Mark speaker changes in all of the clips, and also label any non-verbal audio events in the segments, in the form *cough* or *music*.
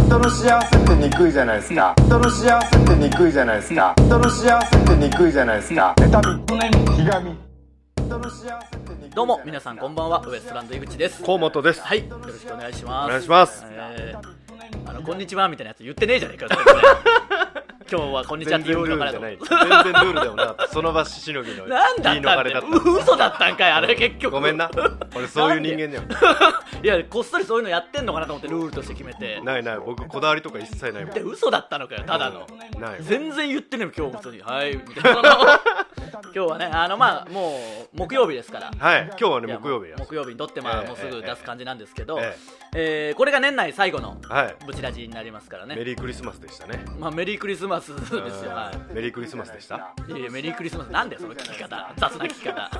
Speaker 1: 人の幸せってにくいじゃないですか人の幸せってにくいじゃないですか人の幸せってにくいじゃないですか妬みひがみ人の幸せってにくいじゃないですか
Speaker 2: どうも皆さんこんばんはウエストランド井口です
Speaker 3: 河本です
Speaker 2: はいよろしくお願いします
Speaker 3: お願いします
Speaker 2: えーあのこんにちはみたいなやつ言ってねえじゃねえかよ
Speaker 3: *laughs*
Speaker 2: 今日はこんにちは
Speaker 3: 全
Speaker 2: って言
Speaker 3: 然
Speaker 2: う
Speaker 3: ルー
Speaker 2: のかな
Speaker 3: ルじ
Speaker 2: と
Speaker 3: ゃ
Speaker 2: 思
Speaker 3: な
Speaker 2: っ
Speaker 3: い
Speaker 2: て
Speaker 3: 全然ルールでもなか *laughs* ったその場しのぎの
Speaker 2: なんだ
Speaker 3: 言い逃れ
Speaker 2: っ
Speaker 3: だった
Speaker 2: んだよ嘘だったんかいあれ結
Speaker 3: た
Speaker 2: 局
Speaker 3: ごめんな俺そういう人間じゃ
Speaker 2: いやこっそりそういうのやってんのかなと思ってルールとして決めて
Speaker 3: ないない僕こだわりとか一切ないもん
Speaker 2: で嘘だったのかよただの
Speaker 3: ない
Speaker 2: 全然言ってねえよ今日本当に
Speaker 3: *laughs*
Speaker 2: はいみたいな今日はねあのまあもう木曜日ですから
Speaker 3: はい今日はね
Speaker 2: いや
Speaker 3: 木曜日や
Speaker 2: 木曜日にとってまあ
Speaker 3: ええ
Speaker 2: もうすぐ出す感じなんですけど
Speaker 3: ええ
Speaker 2: えーこれが年内最後の
Speaker 3: はい
Speaker 2: ブチラジになりますから
Speaker 3: メ
Speaker 2: ね
Speaker 3: リークリスマスでしたね
Speaker 2: まあメリークリスマスですよは
Speaker 3: メリークリスマスでした
Speaker 2: いいやいやメリークリスマスなんだよその聞き方雑な聞き方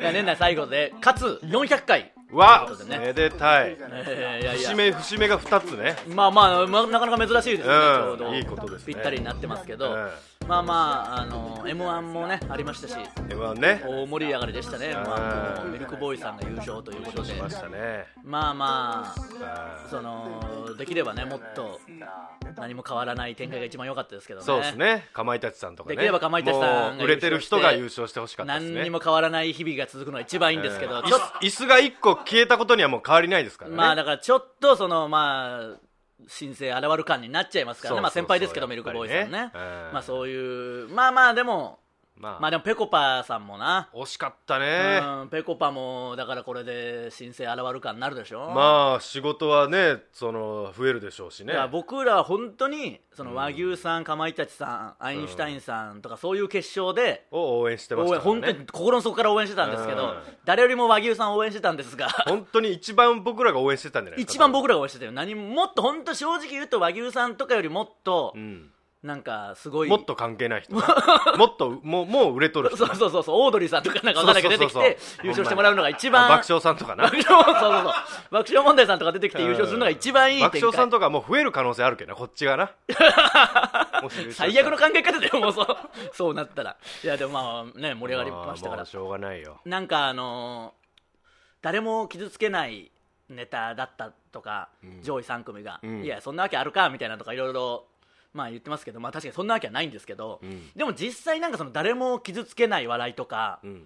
Speaker 2: いや
Speaker 1: ね
Speaker 2: 年内最後でかつ400回
Speaker 3: わ
Speaker 2: ということでね
Speaker 3: めでたい
Speaker 2: えーいやいや
Speaker 3: 節目節目が2つね
Speaker 2: まあまあ、まあ、なかなか珍しいですよね、
Speaker 3: うん
Speaker 2: ちょうど
Speaker 3: いいことですね
Speaker 2: ぴったりになってますけど、
Speaker 3: え
Speaker 2: まあまあ、あの m 1もね、ありましたし、
Speaker 3: M1 ね
Speaker 2: 大盛り上がりでしたね、m 1
Speaker 3: う
Speaker 2: も
Speaker 3: ん
Speaker 2: ミルクボーイさんが優勝ということで
Speaker 3: し、ましたね
Speaker 2: まあまあ、
Speaker 3: あ
Speaker 2: そのできればね、もっと何も変わらない展開が一番良かったですけどね。
Speaker 3: ーそうですねかまいたちさんとかね
Speaker 2: できればかまいたちさん
Speaker 3: も
Speaker 2: が
Speaker 3: う売れてる人が優勝してほしかったですね
Speaker 2: 何にも変わらない日々が続くのが一番いいんですけど、
Speaker 3: えー
Speaker 2: ちょっ
Speaker 3: 椅子が1個消えたことにはもう変わりないですからね、
Speaker 2: まあだからちょっとそのまあ新生現る感になっちゃいますからね、まあ、
Speaker 3: そうそうそう
Speaker 2: 先輩ですけど、メルクボーイさんね、まあそういう、まあまあ、でも、
Speaker 3: まあ
Speaker 2: まあでも、ぺこぱさんもな、
Speaker 3: 惜しかったね、
Speaker 2: うん、ぺこぱも、だからこれで新生現る感になるでしょ、
Speaker 3: まあ仕事はねその増えるでしょうしね
Speaker 2: だから僕らは本当に、その和牛さん、かまいたちさん、アインシュタインさんとか、そういう決勝で、
Speaker 3: を応援してまし
Speaker 2: 応
Speaker 3: た
Speaker 2: 援
Speaker 3: から
Speaker 2: 本当
Speaker 3: ね
Speaker 2: に心の底から応援してたんですけ
Speaker 3: う
Speaker 2: ど
Speaker 3: ん、
Speaker 2: 誰よりも和牛さんを応援してたんですが。
Speaker 3: 本当に一番僕らが応援してたんじゃないですか
Speaker 2: 一番僕らが応援してたよ何ももっと本当正直言うと和牛さんとかよりもっと
Speaker 3: うん
Speaker 2: なんかすごい
Speaker 3: もっと関係ない人ね
Speaker 2: *laughs*
Speaker 3: もっともうもう売れとる人
Speaker 2: そうそうそうそうオードリーさんとかなんかわかんないけど出てきて
Speaker 3: そうそうそうそう
Speaker 2: 優勝してもらうのが一
Speaker 3: あ
Speaker 2: 番
Speaker 3: 爆笑さんとかな
Speaker 2: 爆笑そうそうそう爆笑問題さんとか出て *laughs* きて優勝するのが一番いい
Speaker 3: 爆
Speaker 2: 展開
Speaker 3: 笑さんとかもう増える可能性あるけどなこっち
Speaker 2: *laughs*
Speaker 3: がなもし優勝したら
Speaker 2: 最悪の考え方だよもうそうそうなったらいやでもまあね盛り上がりましたか
Speaker 3: ま
Speaker 2: ら
Speaker 3: あしょうがないよ
Speaker 2: なんかあのー誰も傷つけないネタだったとか、上位3組が、
Speaker 3: ん
Speaker 2: いやそんなわけあるかみたいなとかいろいろまあ言ってますけど、まあ、確かにそんなわけはないんですけど、
Speaker 3: ん
Speaker 2: でも実際なんかその誰も傷つけない笑いとか、
Speaker 3: うん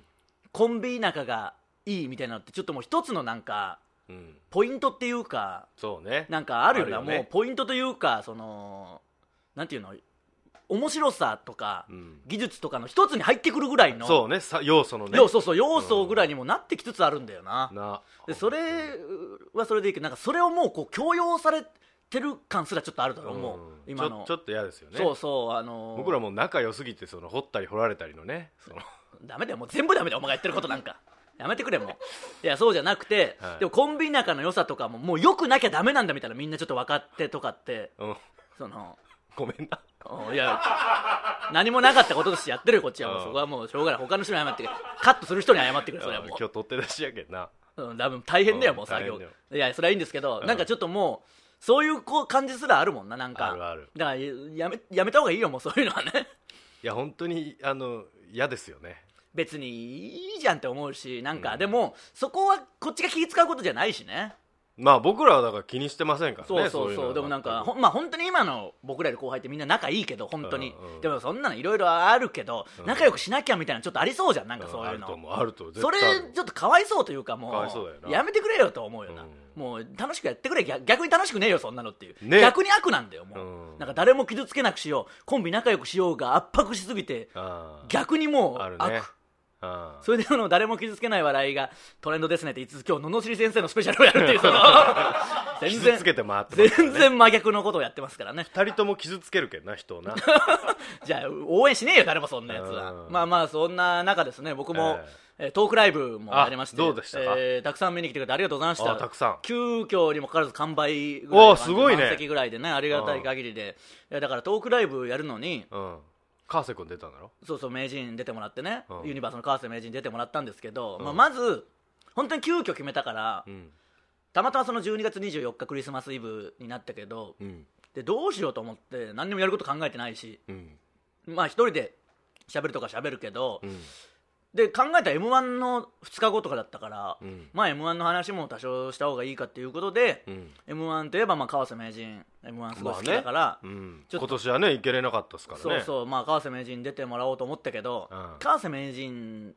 Speaker 2: コンビ仲がいいみたいなのってちょっともう一つのなんか
Speaker 3: うん
Speaker 2: ポイントっていうか
Speaker 3: そうね
Speaker 2: なんかあるよな
Speaker 3: あるよね
Speaker 2: もうポイントというかそのなんていうの面白さとか、
Speaker 3: ん
Speaker 2: 技術とかの一つに入ってくるぐらいの
Speaker 3: そうねさ要素のね
Speaker 2: 要素そう要素ぐらいにもなってきつつあるんだよな、
Speaker 3: な
Speaker 2: でそれはそれでいいけどなんかそれをもうこう強要されてる感すらちょっとあるだろう、もう
Speaker 3: うん
Speaker 2: 今の
Speaker 3: ちょちょっと嫌ですよね
Speaker 2: そうそうあのー
Speaker 3: 僕らもう仲良すぎてその掘ったり掘られたりのねその
Speaker 2: ダメだよもう全部ダメだよお前がやってることなんかやめてくれもういやそうじゃなくて、
Speaker 3: はい
Speaker 2: でもコンビ仲の良さとかももう良くなきゃダメなんだみたいなみんなちょっと分かってとかって
Speaker 3: うん
Speaker 2: その
Speaker 3: ごめんな
Speaker 2: おいや何もなかったこととしてやってるよこっちはもう
Speaker 3: うん
Speaker 2: そこはもうしょうがない他の人に謝ってくれカットする人に謝ってくれそれはもう
Speaker 3: 今日取って出しやけんな
Speaker 2: うん、多分大変だよ、
Speaker 3: うん
Speaker 2: もう作業
Speaker 3: 大変だよ
Speaker 2: いやそれはいいんですけど、
Speaker 3: ん
Speaker 2: なんかちょっともうそういうこう感じすらあるもんななんか
Speaker 3: あるある
Speaker 2: だからややめやめた方がいいよもうそういうのはね
Speaker 3: いや本当にあの嫌ですよね
Speaker 2: 別にいいじゃんって思うしなんか、
Speaker 3: うん
Speaker 2: でもそこはこっちが気使うことじゃないしね
Speaker 3: まあ僕らはだから気にしてませんからね
Speaker 2: そうそうそう
Speaker 3: いのは
Speaker 2: でもなんかほんまあ本当に今の僕らの後輩ってみんな仲いいけど本当に、
Speaker 3: うんうん
Speaker 2: でもそんなのいろいろあるけど、
Speaker 3: ん
Speaker 2: 仲良くしなきゃみたいなのちょっとありそうじゃんなんかそう
Speaker 3: あ
Speaker 2: いう
Speaker 3: ると
Speaker 2: の、
Speaker 3: 思うあると絶
Speaker 2: それ
Speaker 3: 対ある
Speaker 2: ちょっとかわいそうというかも
Speaker 3: かわいそうだよな
Speaker 2: やめてくれよと思うよな、
Speaker 3: うん
Speaker 2: もう楽しくやってくれ逆逆に楽しくねえよそんなのっていう、
Speaker 3: ね
Speaker 2: 逆に悪なんだよもう、
Speaker 3: うん
Speaker 2: なんか誰も傷つけなくしようコンビ仲良くしようが圧迫しすぎて
Speaker 3: あー
Speaker 2: 逆にもう
Speaker 3: ある
Speaker 2: 悪、
Speaker 3: ねあー
Speaker 2: それであの誰も傷つけない笑いがトレンドですねって言いつつ今日罵り先生のスペシャルをやるっていうその全
Speaker 3: *laughs* 傷
Speaker 2: 然
Speaker 3: つけて回ってま
Speaker 2: *laughs*
Speaker 3: すから
Speaker 2: 全
Speaker 3: ね
Speaker 2: 然真逆のことをやってますからね
Speaker 3: 二人とも傷つけるけんな人
Speaker 2: *laughs*
Speaker 3: をな
Speaker 2: じゃあ応援しねえよ誰もそんなやつは
Speaker 3: うん
Speaker 2: まあまあそんな中ですね僕も
Speaker 3: ええ、
Speaker 2: えートークライブもやりまして
Speaker 3: あどうでしたか
Speaker 2: えーたくさん見に来てくれてありがとうございました
Speaker 3: あたくさん
Speaker 2: 急遽にもかかわらず完売ぐ
Speaker 3: お
Speaker 2: らい
Speaker 3: ーすごいね
Speaker 2: 満席ぐらいでねありがたい限りでいやだからトークライブやるのに
Speaker 3: うん川瀬君出たんだろ
Speaker 2: そうそう名人出てもらってね、
Speaker 3: うん
Speaker 2: ユニバースの川瀬名人出てもらったんですけど、まあ、まず本当に急遽決めたから、
Speaker 3: ん
Speaker 2: たまたまその12月24日クリスマスイブになったけど、
Speaker 3: うん
Speaker 2: でどうしようと思って何にもやること考えてないし
Speaker 3: うん
Speaker 2: まあ一人で喋るとか喋るけど、
Speaker 3: うん
Speaker 2: で考えたら m 1の2日後とかだったから、
Speaker 3: うん
Speaker 2: まあ m 1の話も多少した方がいいかっていうことで、
Speaker 3: うん、
Speaker 2: m 1といえばまあ川瀬名人 m 1すごい好きだから、
Speaker 3: うん、
Speaker 2: ちょっと
Speaker 3: 今年はねいけれなかったですからね
Speaker 2: そうそうまあ川瀬名人に出てもらおうと思ったけど、
Speaker 3: うん
Speaker 2: 川瀬名人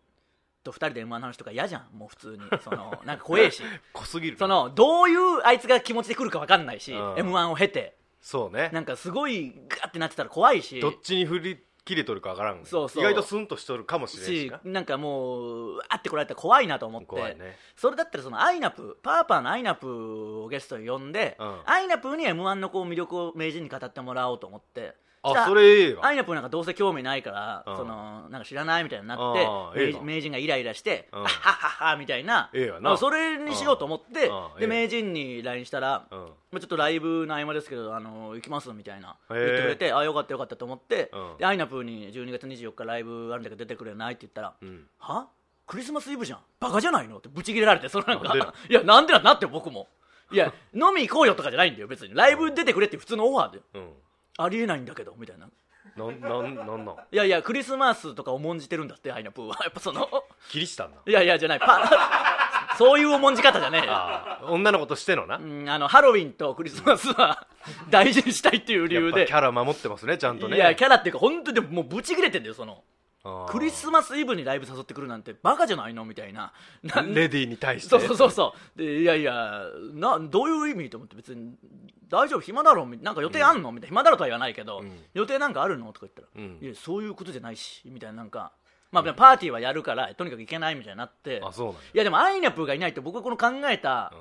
Speaker 2: と2人で m 1の話とか嫌じゃんもう普通にそのなんか怖
Speaker 3: *laughs*
Speaker 2: えし
Speaker 3: 濃すぎる
Speaker 2: そのどういうあいつが気持ちで来るか分かんないし、
Speaker 3: うん
Speaker 2: m 1を経て
Speaker 3: そうね
Speaker 2: *laughs* なんかすごいガってなってたら怖いし
Speaker 3: どっちに振り切れとるか分からん
Speaker 2: そうそう
Speaker 3: 意外とスンとしとるかもしれんし
Speaker 2: し
Speaker 3: な
Speaker 2: なんかもううわってこられたら怖いなと思って
Speaker 3: 怖いね
Speaker 2: それだったらそのアイナプーパーパーのアイナプーをゲストに呼んで、
Speaker 3: うん
Speaker 2: アイナプーに m 1のこう魅力を名人に語ってもらおうと思ってした
Speaker 3: あ
Speaker 2: ら
Speaker 3: それええわ
Speaker 2: アイナプーなんかどうせ興味ないから、
Speaker 3: うん
Speaker 2: そのなんか知らないみたいにな
Speaker 3: あ
Speaker 2: っ
Speaker 3: あ
Speaker 2: て、
Speaker 3: え
Speaker 2: 名
Speaker 3: えな
Speaker 2: 名人がイライラして、
Speaker 3: うん
Speaker 2: あはははみたいな,、
Speaker 3: ええわな
Speaker 2: それにしようと思って、
Speaker 3: うんうんえ
Speaker 2: で
Speaker 3: え
Speaker 2: 名人に LINE したら、
Speaker 3: うん
Speaker 2: まあちょっとライブの合間ですけどあの行きますみたいな
Speaker 3: へ
Speaker 2: 言
Speaker 3: え
Speaker 2: ってくれて、あよかったよかったと思って、
Speaker 3: うん
Speaker 2: でアイナプーに12月24日ライブあるんだけど出てくれないって言ったら、
Speaker 3: うん
Speaker 2: はクリスマスイブじゃんバカじゃないのってブチ切れられてそのなんか
Speaker 3: なんでなん
Speaker 2: いやなんでなんだって僕もいや飲み行こうよとかじゃないんだよ別にライブ出てくれって普通のオファーで
Speaker 3: う
Speaker 2: ありえないんだけどみたいなん
Speaker 3: なんなんなんなん
Speaker 2: いやいやクリスマスとか重んじてるんだってアイナプーはやっぱその
Speaker 3: キリシタンない
Speaker 2: やいやじゃないパ *laughs* そういう重んじ方じゃねえよ
Speaker 3: あー女の子としてのな、
Speaker 2: うんあのハロウィンとクリスマスは大事にしたいっていう理
Speaker 3: や
Speaker 2: 由
Speaker 3: っぱ
Speaker 2: で
Speaker 3: キャラ守ってますねちゃんとね
Speaker 2: いやキャラっていうか本当にでももうブチ切れてんだよその
Speaker 3: あー
Speaker 2: クリスマスイブにライブ誘ってくるなんてバカじゃないのみたいななん
Speaker 3: レディーに対し
Speaker 2: *laughs*
Speaker 3: て
Speaker 2: そうそうそうそうでいやいやなどういう意味と思って別に大丈夫暇だろみなんか予定あんの、みたいな暇だろとは言わないけど、
Speaker 3: ん
Speaker 2: 予定なんかあるのとか言ったら、
Speaker 3: うん
Speaker 2: いやそういうことじゃないしみたいななんか、まあ、でもパーティーはやるからとにかく行けないみたいになって
Speaker 3: あそうなんや
Speaker 2: いやでもアイナプーがいないと僕はこの考えた、
Speaker 3: うん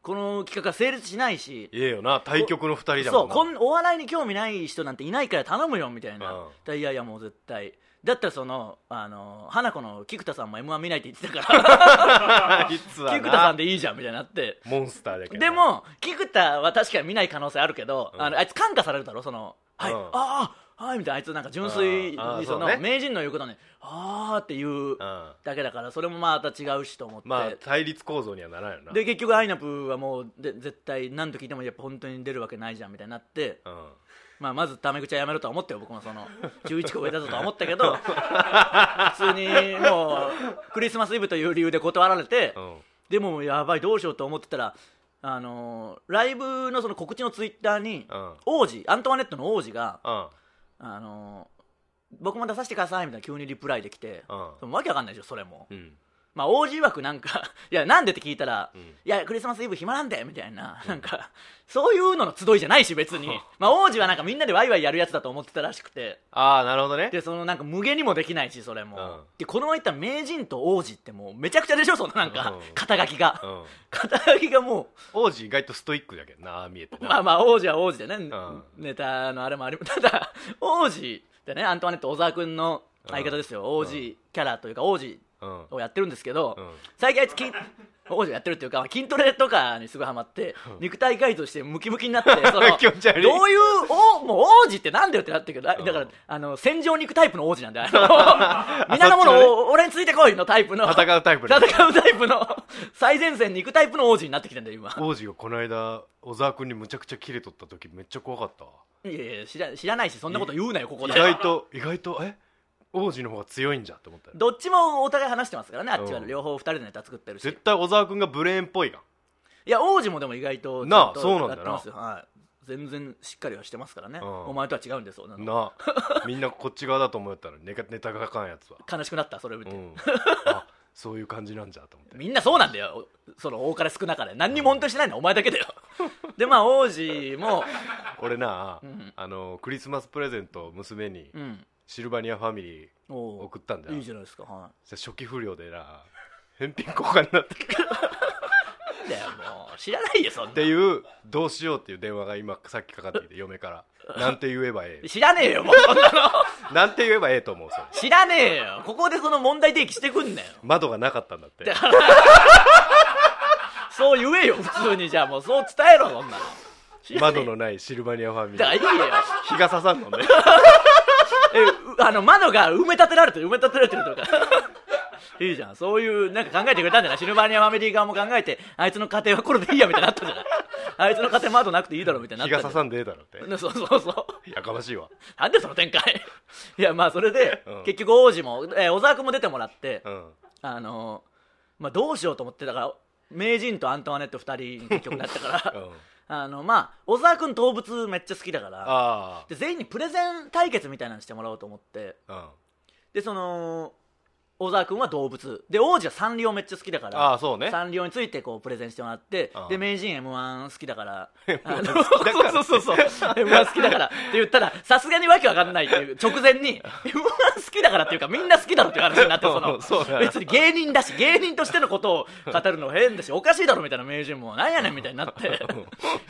Speaker 2: この企画は成立しないし
Speaker 3: ええよな対局の二人だ
Speaker 2: そ
Speaker 3: もん
Speaker 2: う
Speaker 3: な
Speaker 2: こんお笑いに興味ない人なんていないから頼むよみたいな、
Speaker 3: うん
Speaker 2: だいやいやもう絶対だったらそのあの花子の菊田さんも m 1見ないって言ってた
Speaker 3: *laughs*
Speaker 2: から
Speaker 3: あいつはな
Speaker 2: 菊田さんでいいじゃんみたいになって
Speaker 3: モンスターだけど
Speaker 2: でも菊田は確かに見ない可能性あるけど、あのあいつ感化されるだろそのはい、
Speaker 3: うん
Speaker 2: ああはいみたいなあいつなんか純粋に
Speaker 3: あーあー
Speaker 2: そ
Speaker 3: そ
Speaker 2: の
Speaker 3: うね
Speaker 2: 名人の言うことにああっていう
Speaker 3: うん
Speaker 2: だけだからそれもまた違うしと思って、
Speaker 3: まあ対立構造にはならんよな
Speaker 2: で結局アイナプーはもうで絶対何度聞いてもやっぱ本当に出るわけないじゃんみたいになって、
Speaker 3: うん
Speaker 2: まあ、まずタメ口はやめろとは思ったよ僕もその11個上だぞとは思ったけ
Speaker 3: *laughs*
Speaker 2: ど普通にもうクリスマスイブという理由で断られて、
Speaker 3: うん
Speaker 2: でもやばいどうしようと思ってたらあのーライブのその告知のツイッターに、
Speaker 3: うん
Speaker 2: 王子アントワネットの王子が、
Speaker 3: うん
Speaker 2: あのー僕も出させてくださいみたいな急にリプライできて、
Speaker 3: うん
Speaker 2: でもわけわかんないでしょそれも、
Speaker 3: うん
Speaker 2: まあ王子曰くなんか *laughs* いやなんでって聞いたら、
Speaker 3: ん
Speaker 2: いやクリスマスイブ暇なんでみたいな、なんかそういうのの集いじゃないし別にまあ王子はなんかみんなでワイワイやるやつだと思ってたらしくて
Speaker 3: ああなるほどね
Speaker 2: でそのなんか無限にもできないしそれも、
Speaker 3: うん
Speaker 2: でこの前言った名人と王子ってもうめちゃくちゃでしょそのなんか、
Speaker 3: うん
Speaker 2: 肩書きが、
Speaker 3: うん
Speaker 2: 肩書きがも
Speaker 3: 王子意外とストイックだけどなああ見えて
Speaker 2: う
Speaker 3: な
Speaker 2: まあまあ王子は王子でね、
Speaker 3: ん
Speaker 2: ネタのあれもあり *laughs* ただ王子ってねアントワネット小沢君の相方ですよ、王子キャラというか王子
Speaker 3: うん
Speaker 2: をやってるんですけど、
Speaker 3: うん
Speaker 2: 最近あいつ筋王子やってるっていうか筋トレとかにすごいハマって、肉体改造してムキムキになってその
Speaker 3: *laughs* 気持ち悪い
Speaker 2: どういうおもう王子ってなんだよってなってるけど、あだからあの戦場に行くタイプの王子なんだよあ
Speaker 3: *laughs*
Speaker 2: の皆の者
Speaker 3: そっちの
Speaker 2: を俺についてこいのタイプの
Speaker 3: 戦うタイプね
Speaker 2: 戦うタイプの最前線に行くタイプの王子になってきてんだよ今
Speaker 3: 王子がこの間小沢君にむちゃくちゃキレとった時めっちゃ怖かったわ
Speaker 2: いやいや知ら知らないしそんなこと言うなよここ
Speaker 3: 意
Speaker 2: で
Speaker 3: 外と意外とえ王子の方が強いんじゃと思ったよ
Speaker 2: どっちもお互い話してますからねあっちは
Speaker 3: うん
Speaker 2: 両方2人でネタ作ってるし
Speaker 3: 絶対小沢君がブレーンっぽいがん
Speaker 2: いや王子もでも意外と
Speaker 3: なあ
Speaker 2: ちゃと
Speaker 3: そうなんだな
Speaker 2: やってますよはい、全然しっかりはしてますからね、
Speaker 3: うん
Speaker 2: お前とは違うんですよなんか
Speaker 3: なあみんなこっち側だと思ったのにネタネタが書かんやつは
Speaker 2: 悲しくなったそれ見
Speaker 3: う
Speaker 2: て、
Speaker 3: んあそういう感じなんじゃと思って
Speaker 2: みんなそうなんだよその多かれ少なかれ何にも本当にしてないのはお前だけ
Speaker 3: *laughs*
Speaker 2: だよでまあ王子も
Speaker 3: 俺な、
Speaker 2: ん
Speaker 3: あのクリスマスプレゼントを娘に
Speaker 2: うん
Speaker 3: シルバニアファミリー
Speaker 2: おう
Speaker 3: 送ったんだよ
Speaker 2: いいじゃないですかは
Speaker 3: そしたら初期不良でな返品交換になってっ
Speaker 2: いなんだよもう知らないよそん
Speaker 3: て
Speaker 2: な
Speaker 3: いうどうしようっていう電話が今さっきかかってきて嫁からなんて言えばえ
Speaker 2: 知らねえよもうそんなの
Speaker 3: えなんて言えばええと思うそれ
Speaker 2: 知らねえよここでその問題提起してくんなよ
Speaker 3: 窓がなかったんだって
Speaker 2: そう言えよ普通にじゃあもうそう伝えろそんなの知らねえ
Speaker 3: 窓のないシルバニアファミリ
Speaker 2: だから
Speaker 3: ー
Speaker 2: いいよ
Speaker 3: 日が刺さんのね
Speaker 2: えうあの窓が埋め立てられてる埋め立てられてるとか *laughs* いいじゃんそういうなんか考えてくれたんじゃないシルバニアファミリー側も考えてあいつの家庭はこれでいいやみたいになったじゃないあいつの家庭窓なくていいだろみたいにな
Speaker 3: 日
Speaker 2: った
Speaker 3: が
Speaker 2: じゃ
Speaker 3: さ
Speaker 2: ん
Speaker 3: さんでええだろって
Speaker 2: ねそうそうそう
Speaker 3: やかましいわ
Speaker 2: なんでその展開いやまあそれで、
Speaker 3: うん
Speaker 2: 結局王子も、えー小沢君も出てもらって、
Speaker 3: うん
Speaker 2: あのーまあ、どうしようと思ってだから名人とアントワネット2人に結局なったか
Speaker 3: う
Speaker 2: ら
Speaker 3: ん
Speaker 2: あのまあ小沢君動物めっちゃ好きだから
Speaker 3: あ
Speaker 2: で全員にプレゼン対決みたいなのしてもらおうと思って
Speaker 3: あうん
Speaker 2: でその小沢君は動物で王子はサンリオめっちゃ好きだから
Speaker 3: ああそうね
Speaker 2: サンリオについてこうプレゼンしてもらって、
Speaker 3: うん
Speaker 2: で名人 m 1好きだ
Speaker 3: *laughs*
Speaker 2: からあ
Speaker 3: M1
Speaker 2: の
Speaker 3: 好きだから
Speaker 2: そうそうそう m 1好きだからって言ったらさすがにわけわかんないっていう直前に m 1好きだからっていうかみんな好きだろっていう話になってその
Speaker 3: *laughs* そうだな
Speaker 2: 別に芸人だし芸人としてのことを語るの変だしおかしいだろみたいな名人もなんやねんみたいになって
Speaker 3: *laughs*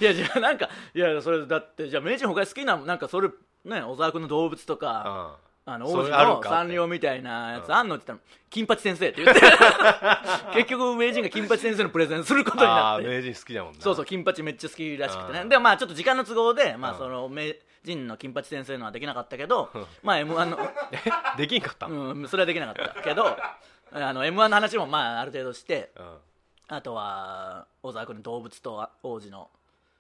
Speaker 2: いやじゃあなんかいやそれだってじゃあ名人他に好きななんかそれね小沢君の動物とか、
Speaker 3: うん
Speaker 2: あの
Speaker 3: そ
Speaker 2: 王
Speaker 3: れ
Speaker 2: 子
Speaker 3: あるか
Speaker 2: の
Speaker 3: って
Speaker 2: サンリオみたいなやつあんのって言ったら「金八先生」って言って
Speaker 3: *laughs*
Speaker 2: 結局名人が金八先生のプレゼンすることに
Speaker 3: あ
Speaker 2: な
Speaker 3: あ
Speaker 2: って
Speaker 3: 名人好きだもんな
Speaker 2: そうそう金八めっちゃ好きらしくて
Speaker 3: う
Speaker 2: ね
Speaker 3: ん
Speaker 2: でもまあちょっと時間の都合でま
Speaker 3: う
Speaker 2: あ
Speaker 3: ん
Speaker 2: その名人の金八先生のはできなかったけどまあ m 1の
Speaker 3: *laughs* できんかったうん
Speaker 2: うんそれはできなかったけどあの m 1の話もまあある程度してあとは小沢君の動物と王子の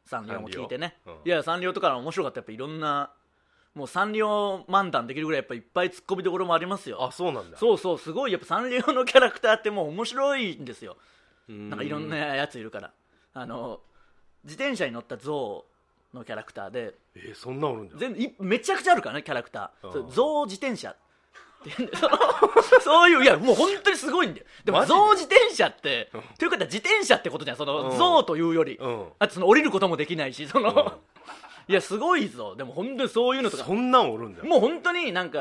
Speaker 2: サンリオも聞いてね、
Speaker 3: サンリオうん
Speaker 2: いやサンリオとかの面白かったやっぱいろんなもうサンリオ漫談できるぐらいやっぱいっぱいツッコミどころもありますよ
Speaker 3: あそうなんだ
Speaker 2: そうそうすごいやっぱサンリオのキャラクターってもう面白いんですよ
Speaker 3: な
Speaker 2: なんかいろんなやついるからあの自転車に乗った象のキャラクターで
Speaker 3: えーそんなおるんじゃん
Speaker 2: 全いめちゃくちゃあるからねキャラクタ
Speaker 3: う
Speaker 2: ー
Speaker 3: ん
Speaker 2: そう象自転車って言うんだよそのそういういやもう本当にすごいんだよでも
Speaker 3: マジで
Speaker 2: 象自転車ってということは自転車ってことじゃんその、
Speaker 3: うん
Speaker 2: 象というより、
Speaker 3: うん
Speaker 2: あとその降りることもできないしその、いやすごいぞでも本当にそういうのとか
Speaker 3: そんなんおるんだよ
Speaker 2: もう本当になんか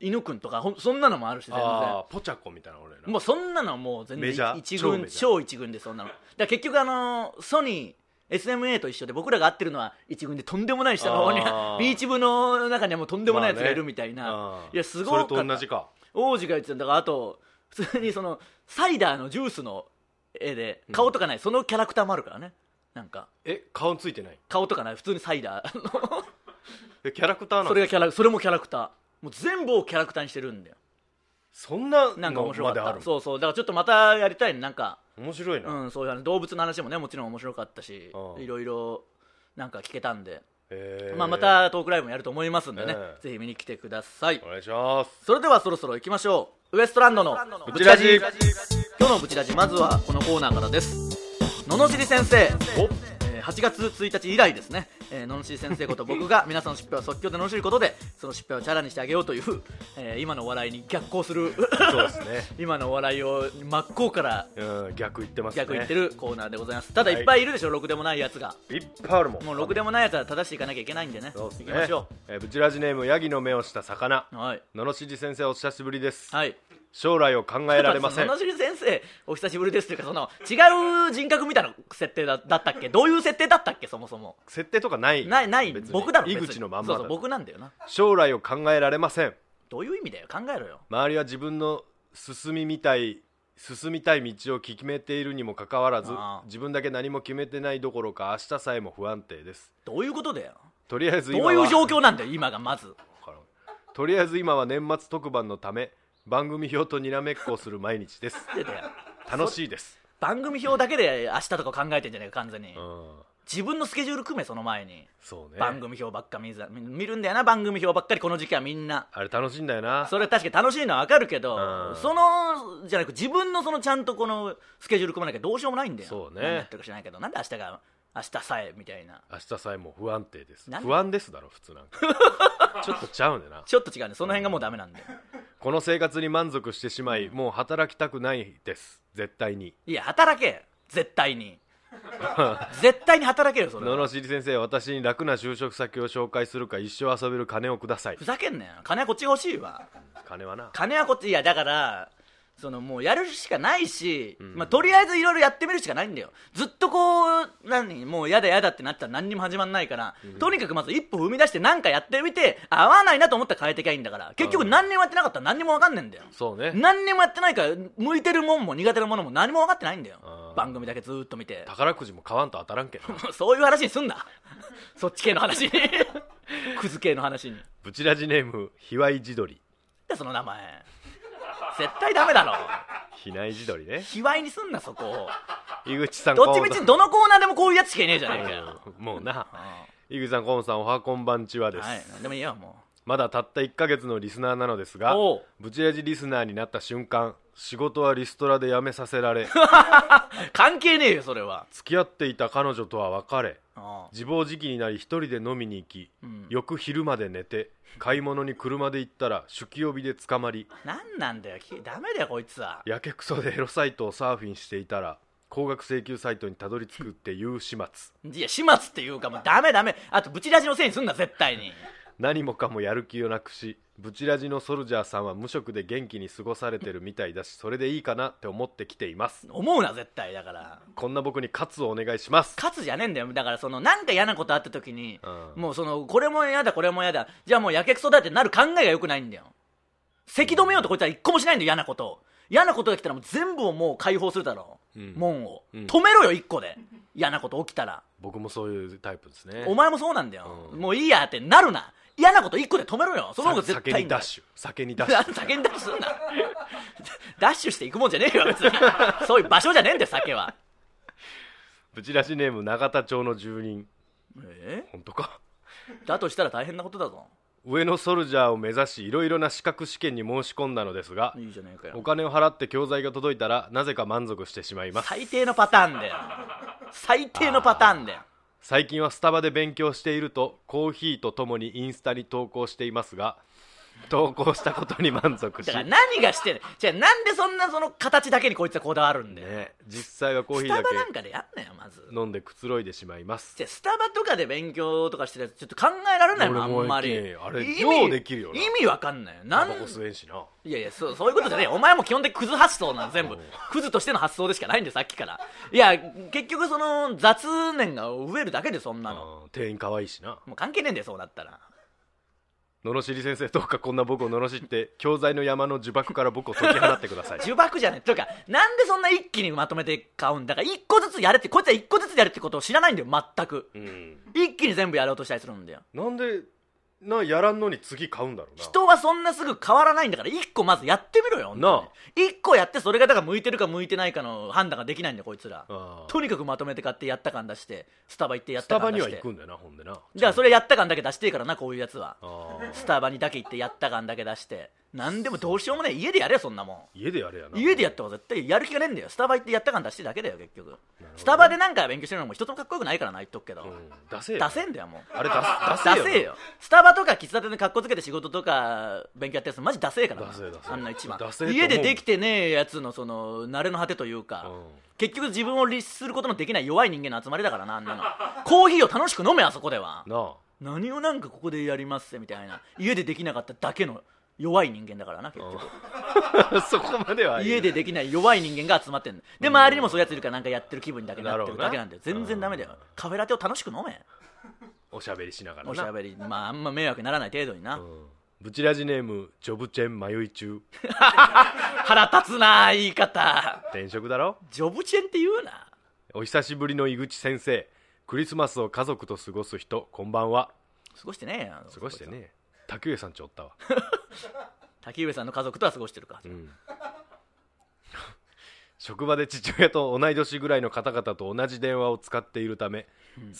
Speaker 2: 犬くんとかほんそんなのもあるし全然
Speaker 3: ああポチャコみたいなのおるやな
Speaker 2: もうそんなのはもう全
Speaker 3: メジ
Speaker 2: 然
Speaker 3: ャー
Speaker 2: 一
Speaker 3: 超メ
Speaker 2: 軍
Speaker 3: ジャー
Speaker 2: 超一軍でそんなのだから結局あのーソニー SMA と一緒で僕らが会ってるのは一軍でとんでもない人の方に
Speaker 3: あ
Speaker 2: *laughs*
Speaker 3: ー
Speaker 2: ビーチ部の中にはもうとんでもないやつ
Speaker 3: まあ
Speaker 2: が
Speaker 3: ね
Speaker 2: いるみたいな、
Speaker 3: あー
Speaker 2: いやすごい
Speaker 3: それと同じか
Speaker 2: 王子が言ってたんだからあと普通にそのサイダーのジュースの絵で顔とかない、そのキャラクターもあるからねなんか
Speaker 3: え顔ついてない
Speaker 2: 顔とかない普通にサイダ
Speaker 3: *laughs*
Speaker 2: ーの
Speaker 3: えキャラクターなの
Speaker 2: それがキャラそれもキャラクターもう全部をキャラクターにしてるんだよ
Speaker 3: そんな
Speaker 2: なんか
Speaker 3: の
Speaker 2: 面白
Speaker 3: まで
Speaker 2: か
Speaker 3: あ
Speaker 2: っ
Speaker 3: る
Speaker 2: たそうそうだからちょっとまたやりたいねなんか
Speaker 3: 面白いな、
Speaker 2: うん、そういう話動物の話もねもちろん面白かったし
Speaker 3: うん
Speaker 2: いろいろなんか聞けたんで、
Speaker 3: えー
Speaker 2: まあ、またトークライブもやると思いますんでね、
Speaker 3: ええ
Speaker 2: ぜひ見に来てください
Speaker 3: お願いします
Speaker 2: それではそろそろ行きましょうウエストランドのブチラジ今日のブチラジまずはこのコーナーからです罵り先生
Speaker 3: お
Speaker 2: えー8月1日以来ですね、えー、ののしり先生こと僕が皆さんの失敗を即興でののしることでその失敗をチャラにしてあげようという、えー今のお笑いに逆行する
Speaker 3: そうですね
Speaker 2: *laughs*
Speaker 3: *laughs*
Speaker 2: 今のお笑いを真っ向から
Speaker 3: うん逆言ってますね
Speaker 2: 逆言ってるコーナーでございますただ
Speaker 3: はい
Speaker 2: いっぱいいるでしょ、ろくでもないやつが
Speaker 3: いっぱいあるもん
Speaker 2: もうろくでもないやつは正していかなきゃいけないんでね
Speaker 3: そ
Speaker 2: 行
Speaker 3: うです
Speaker 2: き
Speaker 3: ね
Speaker 2: ましょ
Speaker 3: えーブチラジネームヤギの目をした魚
Speaker 2: うはい
Speaker 3: ののしじ先生お久しぶりです、
Speaker 2: はい
Speaker 3: 将来を考えられません
Speaker 2: 野尻先生お久しぶりですというかその違う人格みたいな設定だだったっけどういう設定だったっけそもそも
Speaker 3: 設定とかない
Speaker 2: ないない
Speaker 3: 別に
Speaker 2: 僕だろ
Speaker 3: 井
Speaker 2: 別に
Speaker 3: 口のまんま
Speaker 2: そ
Speaker 3: だ
Speaker 2: うそう僕なんだよな
Speaker 3: 将来を考えられません
Speaker 2: どういう意味だよ考えろよ
Speaker 3: 周りは自分の進みみたい進みたい道を決めているにもかかわらず
Speaker 2: ああ
Speaker 3: 自分だけ何も決めてないどころか明日さえも不安定です
Speaker 2: どういうことだよ
Speaker 3: とりあえず今
Speaker 2: ど
Speaker 3: は
Speaker 2: ういう状況なんだよ今がまず
Speaker 3: わからんとりあえず今は年末特番のため番組表とにらめっこをする毎日
Speaker 2: *laughs*
Speaker 3: です
Speaker 2: いやだよ
Speaker 3: 楽しいです
Speaker 2: 番組表だけで明日とか考えてんじゃねえか完全に
Speaker 3: うん
Speaker 2: 自分のスケジュール組めその前に
Speaker 3: そうね
Speaker 2: 番組表ばっか見ず見見るんだよな番組表ばっかりこの時期はみんな
Speaker 3: あれ楽しいんだよな
Speaker 2: それ確かに楽しいのは分かるけど、
Speaker 3: うん
Speaker 2: そのじゃなく自分のそのちゃんとこのスケジュール組まなきゃどうしようもないんだよ
Speaker 3: そうね
Speaker 2: 何やってるか知らないけどなんで明日が明日さえみたいな
Speaker 3: 明日さえも不安定です
Speaker 2: なん
Speaker 3: 不安ですだろ普通なん
Speaker 2: *laughs*
Speaker 3: かちょっとちゃうねんな
Speaker 2: ちょっと違うねその辺がもうダメなんだよ、
Speaker 3: この生活に満足してしまいもう働きたくないです絶対に
Speaker 2: いや働け絶対
Speaker 3: *laughs*
Speaker 2: に絶対に働けよそれは
Speaker 3: 野々尻先生私に楽な就職先を紹介するか一生遊べる金をください
Speaker 2: ふざけんなよ金はこっちが欲しいわ
Speaker 3: 金はな
Speaker 2: 金はこっちいやだからそのもうやるしかないし、まあ、とりあえずいろいろやってみるしかないんだよずっとこう何もうやだやだってなったら何にも始まんないから、とにかくまず一歩踏み出して何かやってみて合わないなと思ったら変えてきゃいいんだから結局何にもやってなかったら何にも分かんねえんだよ、
Speaker 3: そうね
Speaker 2: 何にもやってないから向いてるもんも苦手なものも何も分かってないんだよ
Speaker 3: うん
Speaker 2: 番組だけずーっと見て *laughs*
Speaker 3: 宝くじも買わんと当たらんけど
Speaker 2: そういう話にすんな *laughs* そっち系の話 *laughs* にクズ系の話に
Speaker 3: ブチラジネームひわい地鶏
Speaker 2: でその名前絶対ダメだろ
Speaker 3: 比内地鶏ね
Speaker 2: 卑猥にすんなそこ *laughs* を
Speaker 3: 井口さん
Speaker 2: どっちみち
Speaker 3: ど
Speaker 2: どのコーナーでもこういうやつしかいねえじゃねえかよ、
Speaker 3: もうな
Speaker 2: あ
Speaker 3: 井口さん河本さんおはこんばんちは
Speaker 2: あ
Speaker 3: です、
Speaker 2: はいなんでもいいよも
Speaker 3: まだたった1ヶ月のリスナーなのです
Speaker 2: う
Speaker 3: が
Speaker 2: おう
Speaker 3: ブチラジリスナーになった瞬間仕事はリストラで辞めさ
Speaker 2: *laughs*
Speaker 3: せられ
Speaker 2: 関係ねえよそれは
Speaker 3: 付き合っていた彼女とは別れ
Speaker 2: ああ
Speaker 3: 自暴自棄になり一人で飲みに行き、
Speaker 2: うん
Speaker 3: 翌昼まで寝て買い物に車で行ったら酒気帯びで捕まり
Speaker 2: なんなんだよきダメだよこいつは
Speaker 3: やけくそでエロサイトをサーフィンしていたら高額請求サイトにたどり着くっていう始末
Speaker 2: いや始末っていうかもうダメダメあとブチラジのせいにすんな絶対に
Speaker 3: 何もかもやる気をなくしブチラジのソルジャーさんは無職で元気に過ごされてるみたいだしそれでいいかなって思ってきています
Speaker 2: 思うな絶対だから
Speaker 3: こんな僕に喝をお願いします
Speaker 2: 勝つじゃねえんだよだからそのなんか嫌なことあった時に、
Speaker 3: うん
Speaker 2: もうそのこれも嫌だこれも嫌だじゃあもうやけくそだってなる考えがよくないんだよ咳止めようとこいつは一個もしないんだよ嫌なことを嫌なことが来たらもう全部をもう解放するだろう、
Speaker 3: うん
Speaker 2: 門を、
Speaker 3: うん
Speaker 2: 止めろよ一個で嫌なこと起きたら
Speaker 3: 僕もそういうタイプですね
Speaker 2: お前もそうなんだよ、
Speaker 3: うん
Speaker 2: もういいやってなるな嫌なこと一個で止めろよその方が
Speaker 3: さ
Speaker 2: 絶
Speaker 3: 酒
Speaker 2: 対いい
Speaker 3: に
Speaker 2: んだ
Speaker 3: ダ
Speaker 2: よ
Speaker 3: ッシュ酒にダッシ
Speaker 2: *laughs*
Speaker 3: ュ
Speaker 2: 酒にダッシュすんなダッシュしていくもんじゃねえよ別にそういう場所じゃねえんだよ酒は
Speaker 3: ブチラジネーム永田町の住人
Speaker 2: え
Speaker 3: 本当か
Speaker 2: だとしたら大変なことだぞ
Speaker 3: 上のソルジャーを目指しいろいろな資格試験に申し込んだのですが
Speaker 2: いいじゃねえかよ
Speaker 3: お金を払って教材が届いたらなぜか満足してしまいます
Speaker 2: 最低のパターンだよ最低のパターンだよ
Speaker 3: 最近はスタバで勉強しているとコーヒーとともにインスタに投稿していますが *laughs* 投稿したことに満足し
Speaker 2: だから何がしてるじゃあなんでそんなその形だけにこいつはこだわるんだよ、
Speaker 3: ね、実際はコーヒ
Speaker 2: ス
Speaker 3: ー
Speaker 2: タ
Speaker 3: だ
Speaker 2: バなん
Speaker 3: け
Speaker 2: かでやんなよまず
Speaker 3: 飲んでくつろいでしまいます
Speaker 2: じゃあスタバとかで勉強とかしてるやつちょっと考えられないもんあ
Speaker 3: 俺も
Speaker 2: んまり
Speaker 3: できねえあれ
Speaker 2: 意味
Speaker 3: ようできるよな
Speaker 2: 意味わかんないよな
Speaker 3: タ
Speaker 2: ん
Speaker 3: バコ吸えんしない
Speaker 2: やいやそうそういうことじゃねえお前も基本的クズ発想なの
Speaker 3: *laughs*
Speaker 2: 全部クズとしての発想でしかないんだよさっきからいや結局その雑念が植えるだけでそんなの
Speaker 3: うん店員可愛いしな
Speaker 2: もう関係ねえんだよそうなったら
Speaker 3: 罵り先生どうかこんな僕を罵って教材の山の呪縛から僕を解き放ってく
Speaker 2: *laughs*
Speaker 3: ださい
Speaker 2: 呪縛じゃないというかなんでそんな一気にまとめて買うんだから一個ずつやれってこいつは一個ずつやるってことを知らないんだよ全く
Speaker 3: うん
Speaker 2: 一気に全部やろうとしたりするんだよ
Speaker 3: なんでなやらんのに次買うんだろうな
Speaker 2: 人はそんなすぐ変わらないんだから一個まずやってみろよ本当に一個やってそれがだから向いてるか向いてないかの判断ができないんだよこいつら
Speaker 3: あー
Speaker 2: とにかくまとめて買ってやった感出してスタバ行ってやっ
Speaker 3: ス
Speaker 2: た
Speaker 3: タ
Speaker 2: 感出
Speaker 3: バに
Speaker 2: して
Speaker 3: は行くんだよなほんでな
Speaker 2: じゃあそれやった感だけ出していいからなこういうやつは
Speaker 3: あー
Speaker 2: スタバにだけ行ってやった感だけ出して何でもどうしようもねえ家でやれよそんなもん
Speaker 3: 家でやれやな
Speaker 2: 家でやった方が絶対やる気がねえんだよスタバ行ってやった感出してるだけだよ結局、スタバでなんか勉強してるのも一つもかっこよくないからな言っとくけど、
Speaker 3: うん出せよ
Speaker 2: 出せんだよもう
Speaker 3: あれ出せ
Speaker 2: 出
Speaker 3: 出せ
Speaker 2: せえよスタバとか喫茶店でかっこつけて仕事とか勉強やってるやつマジ出せえからな
Speaker 3: ダセえダセえ
Speaker 2: あんな一番
Speaker 3: ダセえと思う
Speaker 2: 家でできてねえやつのその慣れの果てというか、
Speaker 3: うん
Speaker 2: 結局自分を律することのできない弱い人間の集まりだからなあんなのコーヒーを楽しく飲めあそこでは
Speaker 3: なあ *laughs*
Speaker 2: 何をなんかここでやりますみたいな家でできなかっただけの弱い人間だからな結局
Speaker 3: そこまではいい
Speaker 2: 家でできない弱い人間が集まってんので周りにもそういうやついるからなんかやってる気分だけになってるだけなんだよ
Speaker 3: なるほど
Speaker 2: 全
Speaker 3: な
Speaker 2: 然ダメだよ
Speaker 3: うん
Speaker 2: カフェラテを楽しく飲め
Speaker 3: おしゃべりしながらな
Speaker 2: おしゃべりまああんま迷惑にならない程度にな、
Speaker 3: うんブチラジネームジョブチェン迷い中
Speaker 2: 腹立つな言い方
Speaker 3: 転職だろ
Speaker 2: ジョブチェンって言うな
Speaker 3: お久しぶりの井口先生クリスマスを家族と過ごす人こんばんは
Speaker 2: 過ごしてねえよ
Speaker 3: 過ごしてね竹上さんちおったわ
Speaker 2: 滝上さんの家族とは過ごしてるか、
Speaker 3: *laughs* 職場で父親と同い年ぐらいの方々と同じ電話を使っているため、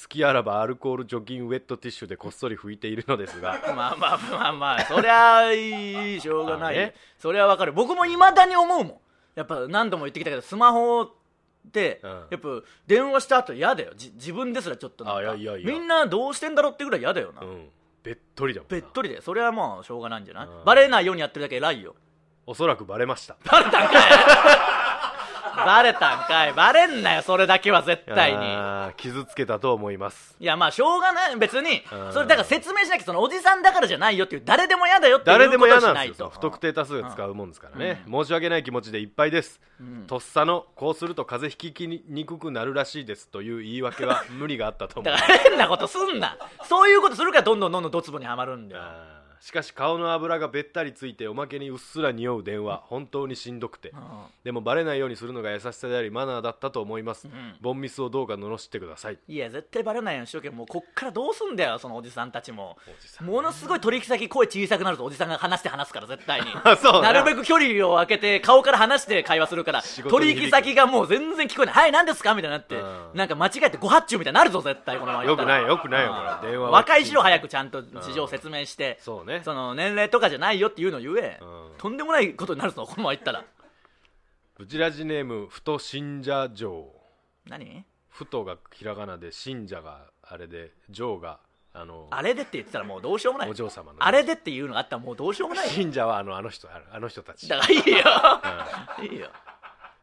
Speaker 3: 好きあらばアルコール除菌ウェットティッシュでこっそり拭いているのですが
Speaker 2: まあまあまあまあそりゃいいしょうがない、
Speaker 3: まあね
Speaker 2: それはわかる僕もいまだに思うもんやっぱ何度も言ってきたけどスマホって、
Speaker 3: うん
Speaker 2: やっぱ電話した後嫌だよじ自分ですらちょっとなんか
Speaker 3: あいやいやいや
Speaker 2: みんなどうしてんだろうってぐらい嫌だよな、
Speaker 3: うんべっとりだもんな
Speaker 2: べっとりでそれはもうしょうがないんじゃない、
Speaker 3: うん
Speaker 2: バレないようにやってるだけ偉いよ
Speaker 3: おそらくバレました
Speaker 2: バレたんかいバレたんかいバレんなよそれだけは絶対に
Speaker 3: あー傷つけたと思います
Speaker 2: いやまあしょうがない別に
Speaker 3: うん
Speaker 2: それだから説明しなきゃそのおじさんだからじゃないよっていう誰でも嫌だよってい
Speaker 3: 誰
Speaker 2: うこ
Speaker 3: で
Speaker 2: と
Speaker 3: も
Speaker 2: を
Speaker 3: 嫌
Speaker 2: し
Speaker 3: なん
Speaker 2: ない
Speaker 3: です
Speaker 2: と
Speaker 3: よ不特定多数使うもんですからね、申し訳ない気持ちでいっぱいです、とっさのこうすると風邪ひきにくくなるらしいですという言い訳は無理があったと思
Speaker 2: だ
Speaker 3: う
Speaker 2: から変なことすんなそういうことするからどんどんどんどんドツボにはまるんだよ
Speaker 3: あーしかし顔の油がべったりついておまけにうっすら匂う電話本当にしんどくて
Speaker 2: あ
Speaker 3: でもバレないようにするのが優しさでありマナーだったと思います、
Speaker 2: ん
Speaker 3: ボンミスをどうか罵ってください
Speaker 2: いや絶対バレないようにしとけよもうこっからどうすんだよそのおじさんたちも
Speaker 3: じさん
Speaker 2: ものすごい取引先声小さくなるとおじさんが話して話すから絶対に
Speaker 3: *laughs* そう
Speaker 2: なる
Speaker 3: な
Speaker 2: べく距離を空けて顔から話して会話するから
Speaker 3: 仕事に
Speaker 2: 取
Speaker 3: 響く
Speaker 2: 引先がもう全然聞こえないはい何ですかみたいになって、
Speaker 3: うん
Speaker 2: なんか間違えてご発注みたいになるぞ絶対
Speaker 3: *laughs*
Speaker 2: このまま言
Speaker 3: よ
Speaker 2: った
Speaker 3: く
Speaker 2: ら
Speaker 3: ないよくないよこれ電話は
Speaker 2: 和解しろ早くちゃんと事情を説明して、
Speaker 3: そうね
Speaker 2: その年齢とかじゃないよっていうのを言え、
Speaker 3: うん
Speaker 2: とんでもないことになるぞこのまま言ったら
Speaker 3: ブチラジネームふと信者城
Speaker 2: 何
Speaker 3: ふとがひらがなで信者があれで城があの
Speaker 2: あれでって言ってたらもうどうしようもない
Speaker 3: お嬢様の
Speaker 2: あれでっていうのがあったらもうどうしようもない
Speaker 3: 信者はあのあの人あのあの人たち
Speaker 2: だからいいよ、いいよ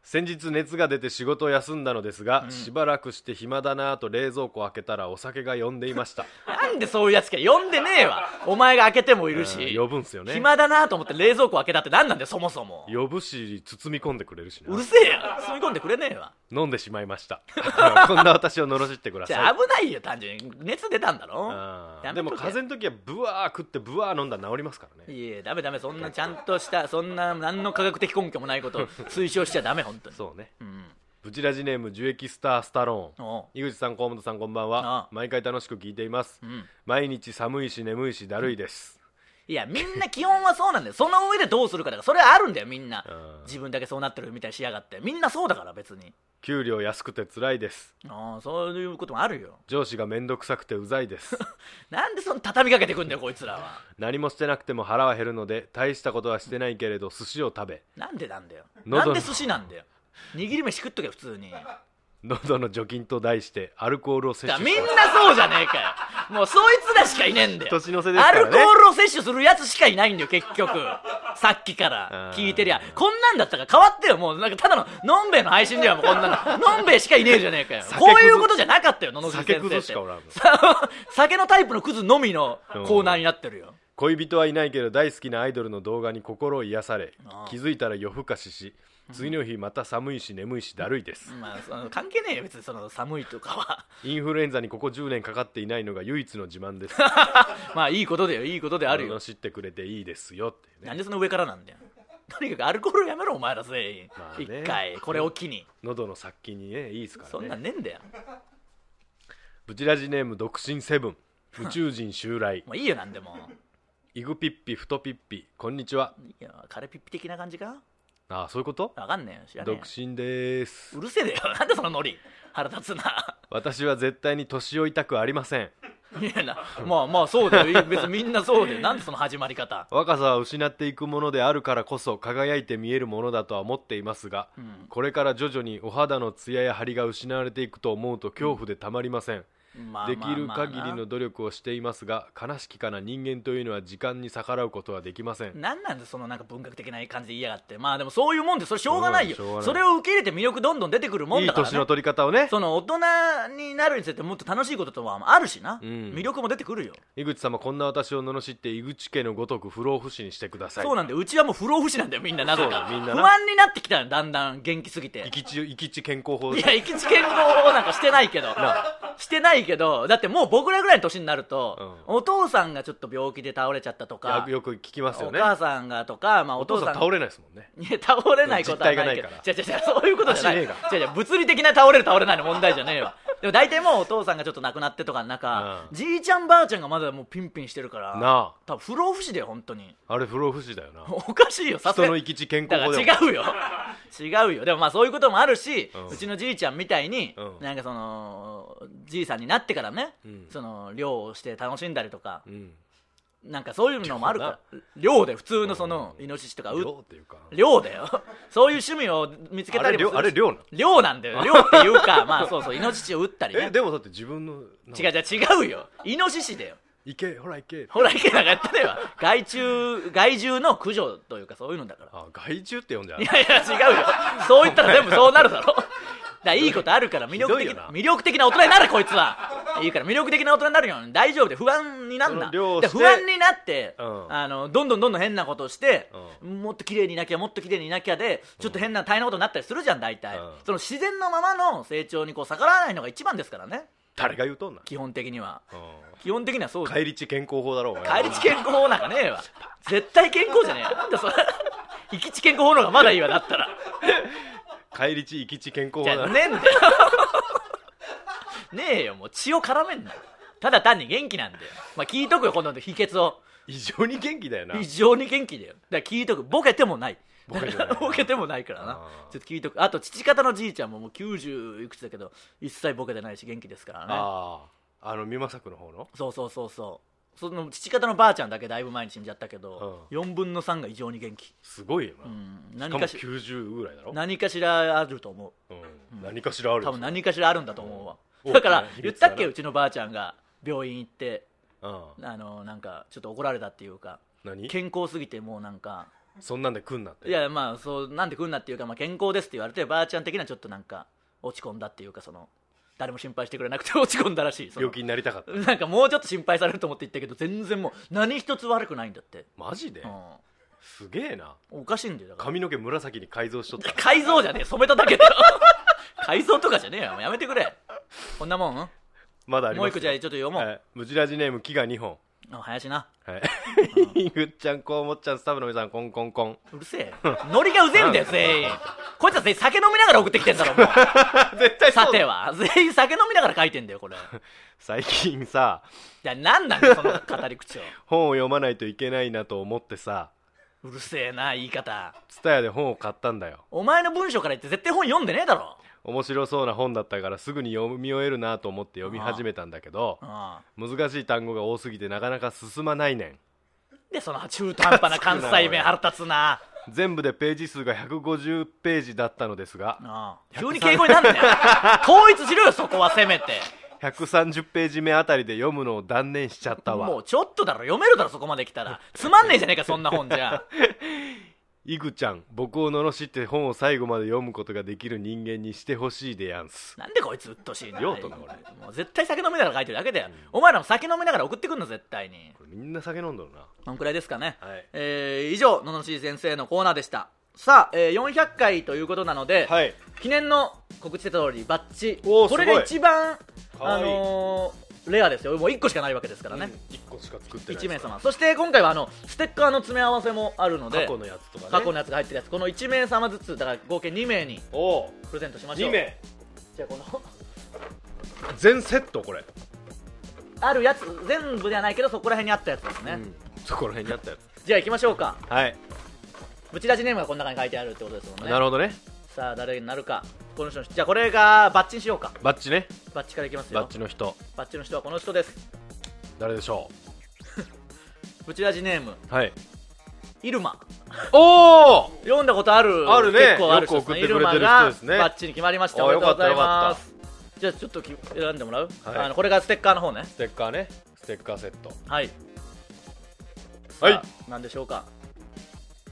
Speaker 3: 先日熱が出て仕事を休んだのですが、しばらくして暇だなぁと冷蔵庫を開けたらお酒が呼んでいました
Speaker 2: なんでそういうやつか呼んでねえわお前が開けてもいるし、
Speaker 3: うん呼ぶんすよね
Speaker 2: 暇だなと思って冷蔵庫開けたって何なんだよそもそも
Speaker 3: 呼ぶし包み込んでくれるしな
Speaker 2: うるせえよ住み込んでくれねえわ
Speaker 3: 飲んでしまいました *laughs* こんな私を罵ってくだ
Speaker 2: じ
Speaker 3: さい
Speaker 2: ゃあ危ないよ単純に熱出たんだろ
Speaker 3: あ
Speaker 2: や
Speaker 3: ー
Speaker 2: めと
Speaker 3: でも
Speaker 2: け
Speaker 3: 風邪の時はブワー食ってブワー飲んだら治りますからね
Speaker 2: いやダメダメそんなちゃんとしたそんな何の科学的根拠もないこと
Speaker 3: *laughs*
Speaker 2: を推奨しちゃダメ本当に
Speaker 3: そうね
Speaker 2: うん
Speaker 3: ブチラジネーム樹液スタースタローン
Speaker 2: お
Speaker 3: 井口さん河本さんこんばん
Speaker 2: ああ
Speaker 3: は毎回楽しく聞いています、
Speaker 2: ん
Speaker 3: 毎日寒いし眠いしだるいです、
Speaker 2: いやみんな基本はそうなんだよその上でどうするかだからそれはあるんだよみんな
Speaker 3: うん
Speaker 2: 自分だけそうなってるみたいにしやがってみんなそうだから別に
Speaker 3: 給料安くて辛いです
Speaker 2: ああそういうこともあるよ
Speaker 3: 上司が面倒くさくてうざいです
Speaker 2: *laughs* なんでその畳みかけてくんだよこいつらは
Speaker 3: 何もしてなくても腹は減るので大したことはしてないけれど寿司を食べ
Speaker 2: なんでなんだよ
Speaker 3: 喉
Speaker 2: な
Speaker 3: の
Speaker 2: んで寿司なんだよ握り飯食っとけ普通にだか
Speaker 3: 喉の除菌と題してアルコールを摂
Speaker 2: ら
Speaker 3: 取
Speaker 2: みん
Speaker 3: し
Speaker 2: な
Speaker 3: た
Speaker 2: そうじゃねえかよもうそいつらしかいねえんだよ
Speaker 3: 年の瀬ですからね
Speaker 2: アルコールを摂取するやつしかいないんだよ結局さっきから
Speaker 3: うん
Speaker 2: 聞いてりゃこんなんだったから変わってよもうなんかただののんべえの配信ではもうこんなののんべえしかいねえじゃねえかよ
Speaker 3: 酒く
Speaker 2: こ
Speaker 3: ず
Speaker 2: ういうことじゃなかったよ野々
Speaker 3: 酒
Speaker 2: 尻
Speaker 3: く
Speaker 2: 先生
Speaker 3: ず
Speaker 2: っ
Speaker 3: してかおらんの
Speaker 2: さ *laughs* 酒のタイプのクズのみのコーナーになってるよ
Speaker 3: 恋人はいないけど大好きなアイドルの動画に心を癒され
Speaker 2: ああ
Speaker 3: 気づいたら夜更かしし次の日また寒いし眠いしだるいです
Speaker 2: まあその関係ねえよ別にその寒いとかは
Speaker 3: インフルエンザにここ10年かかっていないのが唯一の自慢です
Speaker 2: まあいいことだよいい *laughs* ことであるよ
Speaker 3: 罵ってくれていいですよっていうね
Speaker 2: なんでその上からなんだよ *laughs* とにかくアルコールやめろお前ら全員
Speaker 3: まあね
Speaker 2: 一、回これを機に
Speaker 3: 喉の殺菌にねいいですからね
Speaker 2: そんなんねえんだよ
Speaker 3: ブチラジネーム独身セブン宇宙人襲来
Speaker 2: もういいよなんでも
Speaker 3: イグピッピフトピッピこんにちはい
Speaker 2: やカレピッピ的な感じか
Speaker 3: ああそういうこと
Speaker 2: わかんねえよ知らね
Speaker 3: 独身です
Speaker 2: えようるせえだよ *laughs* なんでそのノリ腹立つ
Speaker 3: *laughs*
Speaker 2: な
Speaker 3: 私は絶対に年老いたくありません
Speaker 2: いやなまあまあそうだよいや別にみんなそうだよなんでその始まり方
Speaker 3: 若さは失っていくものであるからこそ輝いて見えるものだとは思っていますが、これから徐々にお肌のツヤや張りが失われていくと思うと恐怖でたまりません、
Speaker 2: まあ
Speaker 3: できる
Speaker 2: まあまあ
Speaker 3: 限りの努力をしていますが悲しきかな人間というのは時間に逆らうことはできません、
Speaker 2: なんなんだそのなんか文学的な感じで言いやがってまあでもそういうもんでそれしょうがないよ
Speaker 3: しょうがない
Speaker 2: それを受け入れて魅力どんどん出てくるもん
Speaker 3: いい
Speaker 2: だから、
Speaker 3: 年
Speaker 2: ね、
Speaker 3: の取り方をね
Speaker 2: その大人になるにつれてもっと楽しいこととはあるしな、
Speaker 3: ん
Speaker 2: 魅力も出てくるよ、
Speaker 3: 井口様こんな私を罵って井口家のごとく不老不死にしてください
Speaker 2: そうなんだようちはもう不老不死なんだよみんななぜか
Speaker 3: そうみんな
Speaker 2: 不
Speaker 3: な
Speaker 2: 安になってきたよだんだん元気すぎて
Speaker 3: 生き地生き地健康法
Speaker 2: いや生き地健康なんかしてないけどしてないけどだってもう僕らぐらいの年になると、お父さんがちょっと病気で倒れちゃったとか
Speaker 3: や *laughs* よく聞きますよ
Speaker 2: お
Speaker 3: ね
Speaker 2: 母さんがとか、まあ、お
Speaker 3: お
Speaker 2: 父
Speaker 3: 父
Speaker 2: さ
Speaker 3: さ
Speaker 2: ん
Speaker 3: ん倒れないですもんね
Speaker 2: いや倒れないことはないけど
Speaker 3: 実体がない
Speaker 2: じゃじゃじゃそういうことじゃない
Speaker 3: 足
Speaker 2: じ
Speaker 3: ねえ
Speaker 2: ゃじゃ物理的な倒れる倒れないの問題じゃねえ
Speaker 3: *laughs*
Speaker 2: わでも大体もうお父さんがちょっと亡くなってとかの中、
Speaker 3: うん
Speaker 2: じいちゃんばあちゃんがまだもうピンピンしてるから
Speaker 3: なあ
Speaker 2: 多分不老不死だよ本当に
Speaker 3: あれ不老不死だよな
Speaker 2: おかしいよさす
Speaker 3: 人
Speaker 2: が
Speaker 3: の
Speaker 2: に
Speaker 3: 生き地健
Speaker 2: だ
Speaker 3: 康
Speaker 2: か
Speaker 3: 法
Speaker 2: ら違
Speaker 3: でも
Speaker 2: うよ違うよでもまあそういうこともあるし、う
Speaker 3: うん
Speaker 2: ちのじいちゃんみたいに、
Speaker 3: うん
Speaker 2: なんかそのじいさんになってからね、
Speaker 3: うん
Speaker 2: その漁をして楽しんだりとか、
Speaker 3: うん
Speaker 2: なんかそういうのもあるから漁で普通のそのイノシシとかう
Speaker 3: 量っていうか
Speaker 2: 漁だよ *laughs* そういう趣味を見つけたりもするし
Speaker 3: あれ漁あれ漁なの
Speaker 2: 漁なん
Speaker 3: *laughs*
Speaker 2: だよ漁っていうかまあそうそうイノシシを撃ったり
Speaker 3: え
Speaker 2: ね
Speaker 3: でもだって自分のなんか
Speaker 2: 違う違う違うよイノシシだよ
Speaker 3: 行けほら行け
Speaker 2: ほらいけなかったねわ害虫害獣の駆除というかそういうのだから
Speaker 3: あ害虫って呼んじゃう
Speaker 2: いやいや違うよそう言ったら全部そうなるだろだからいいことあるから魅力
Speaker 3: *laughs* ひどい
Speaker 2: 的
Speaker 3: よ
Speaker 2: な
Speaker 3: な
Speaker 2: 魅力的な大人になるこいつはいいから魅力的な大人になるように大丈夫で不安になん
Speaker 3: そ
Speaker 2: な
Speaker 3: の漁を
Speaker 2: で
Speaker 3: して
Speaker 2: 不安になって、
Speaker 3: うん
Speaker 2: あのどんどんどんどん変なことをして、
Speaker 3: う
Speaker 2: もっと綺麗にいなきゃもっと綺麗にいなきゃでちょっと変な大変なことになったりするじゃん大体、
Speaker 3: うん
Speaker 2: その自然のままの成長にこう逆らわないのが一番ですからね
Speaker 3: 誰が言うとんな、
Speaker 2: 基本的には
Speaker 3: う、
Speaker 2: 基本的にはそうん
Speaker 3: 帰り地健康法だろお前
Speaker 2: 帰り地健康法なんかねえわ絶対健康じゃねえよなんだそれ *laughs* 行き地健康法の方がまだいいわだったら
Speaker 3: 帰り地行き地健康法
Speaker 2: じ
Speaker 3: だ
Speaker 2: ゃ
Speaker 3: ろ、
Speaker 2: ねえんだよ *laughs* ねえよもう血を絡めんなただ単に元気なんだよ、まあ、聞いとくよ今度の秘訣を
Speaker 3: 異常に元気だよな
Speaker 2: 非常に元気だよだから聞いとくボケてもない
Speaker 3: ボケてない
Speaker 2: だから *laughs* ボケてもないからな
Speaker 3: あ
Speaker 2: ち
Speaker 3: ー
Speaker 2: ょっと聞いとくあと父方のじいちゃんももう90いくつだけど一切ボケてないし元気ですからね
Speaker 3: あああの美作の方の
Speaker 2: そうそうそうそうその父方のばあちゃんだけだいぶ前に死んじゃったけど、4分の3が異常に元気、
Speaker 3: すごいよな、
Speaker 2: うん、何
Speaker 3: しかも
Speaker 2: かし
Speaker 3: 90ぐらいだろ、
Speaker 2: 何かしらあると思う
Speaker 3: うん、何かしらある
Speaker 2: 多分何かしらあるんだと思うわ、
Speaker 3: うん
Speaker 2: だから
Speaker 3: 大きな秘
Speaker 2: 言っ
Speaker 3: 密
Speaker 2: た
Speaker 3: だな
Speaker 2: っけうちのばあちゃんが病院行って
Speaker 3: うん、
Speaker 2: あのなんかちょっと怒られたっていうか
Speaker 3: 何
Speaker 2: 健康すぎてもうなんか
Speaker 3: そんなんで来んなって
Speaker 2: いやまあそうなんで来んなっていうか、まあ、健康ですって言われてばあちゃん的にはちょっとなんか落ち込んだっていうかその誰も心配してくれなくて *laughs* 落ち込んだらしいその
Speaker 3: 病気になりたかった
Speaker 2: なんかもうちょっと心配されると思って言ったけど全然もう何一つ悪くないんだって、
Speaker 3: マジで、
Speaker 2: う、
Speaker 3: すげえなん
Speaker 2: おかしいんだよだから
Speaker 3: 髪の毛紫に改造しとった
Speaker 2: 改造じゃねえ染めただけだよ *laughs* 改造とかじゃねえよもうやめてくれこんなもんも
Speaker 3: まだあります
Speaker 2: う一個じゃあちょっと読もう、
Speaker 3: はいムジラジネーム木が2本
Speaker 2: あ林な
Speaker 3: はい、ぐっちゃんこうもっちゃんスタッフの皆さんこんこんこん
Speaker 2: うるせえノリがうぜえんだよ全員こいつは全員酒飲みながら送ってきてんだろも *laughs* う
Speaker 3: 絶対
Speaker 2: さ
Speaker 3: だ
Speaker 2: ては全員酒飲みながら書いてんだよこれい
Speaker 3: 最近さ
Speaker 2: や何なんだよその語り *laughs* 口を
Speaker 3: 本を読まないといけないなと思ってさ
Speaker 2: うるせえな言い方
Speaker 3: 蔦屋で本を買ったんだよ
Speaker 2: お前の文章から言って絶対本読んでねえだろ
Speaker 3: 面白そうな本だったからすぐに読み終えるなと思って読み始めたんだけど
Speaker 2: うん
Speaker 3: 難しい単語が多すぎてなかなか進まないねん
Speaker 2: でその中途半端な関西弁腹立つな
Speaker 3: 全部でページ数が150ページだったのですが
Speaker 2: *laughs* うん急に敬語になんだよ *laughs* 統一しろよそこはせめて
Speaker 3: 130ページ目あたりで読むのを断念しちゃった
Speaker 2: もう
Speaker 3: わ
Speaker 2: ちょっとだろ読めるだろそこまで来たらつまんねえじゃねえかそんな本じゃ
Speaker 3: イグちゃん僕を罵って本を最後まで読むことができる人間にしてほしいでやんす
Speaker 2: なんでこいつうっとしいんだ
Speaker 3: 用途だこれ
Speaker 2: もう絶対酒飲みながら書いてるだけだよ、お前らも酒飲みながら送ってくんの絶対に
Speaker 3: これみんな酒飲んだろう
Speaker 2: こんくらいですかね、
Speaker 3: はい
Speaker 2: えー以上ののしい先生のコーナーでしたさあ、えー400回ということなので、
Speaker 3: なはい
Speaker 2: 記念の告知してた通りバッチ
Speaker 3: おー
Speaker 2: これが
Speaker 3: す
Speaker 2: 一番
Speaker 3: か
Speaker 2: あ
Speaker 3: わいい
Speaker 2: のーレアですよもう1個しかないわけですからね、
Speaker 3: 1個しか作ってない
Speaker 2: 1名様そして今回はあのステッカーの詰め合わせもあるので
Speaker 3: 過去のやつとかね
Speaker 2: 過去のやつが入ってるやつこの1名様ずつだから合計2名に
Speaker 3: おお
Speaker 2: プレゼントしましょう
Speaker 3: 2名
Speaker 2: じゃあこの
Speaker 3: 全セットこれ、
Speaker 2: あるやつ全部ではないけどそこら辺にあったやつですね、
Speaker 3: うんそこら辺にあったやつ
Speaker 2: じゃあ行きましょうか
Speaker 3: はい、
Speaker 2: ブチラジネームがこの中に書いてあるってことですもんね
Speaker 3: なるほどね
Speaker 2: さあ誰になるかこの人のじゃあこれがバッチにしようか
Speaker 3: バッチね
Speaker 2: バッチからいきますよ
Speaker 3: バッチの人
Speaker 2: バッチの人はこの人です
Speaker 3: 誰でしょ
Speaker 2: ブチラジネーム
Speaker 3: うはい
Speaker 2: イルマ
Speaker 3: おお
Speaker 2: 読んだことある
Speaker 3: ある
Speaker 2: 結
Speaker 3: ね
Speaker 2: 構ある人
Speaker 3: よく送って
Speaker 2: イ
Speaker 3: く
Speaker 2: ル
Speaker 3: れてる
Speaker 2: マ
Speaker 3: 人
Speaker 2: が
Speaker 3: ですね
Speaker 2: バッチに決まりました
Speaker 3: あ
Speaker 2: おめでとうござい
Speaker 3: よか
Speaker 2: ま
Speaker 3: った
Speaker 2: すじゃあちょっとき選んでもらう、
Speaker 3: はい
Speaker 2: あのこれがステッカーの方ね
Speaker 3: ステッカーねステッカーセット
Speaker 2: はい
Speaker 3: はい
Speaker 2: さあ何でしょうか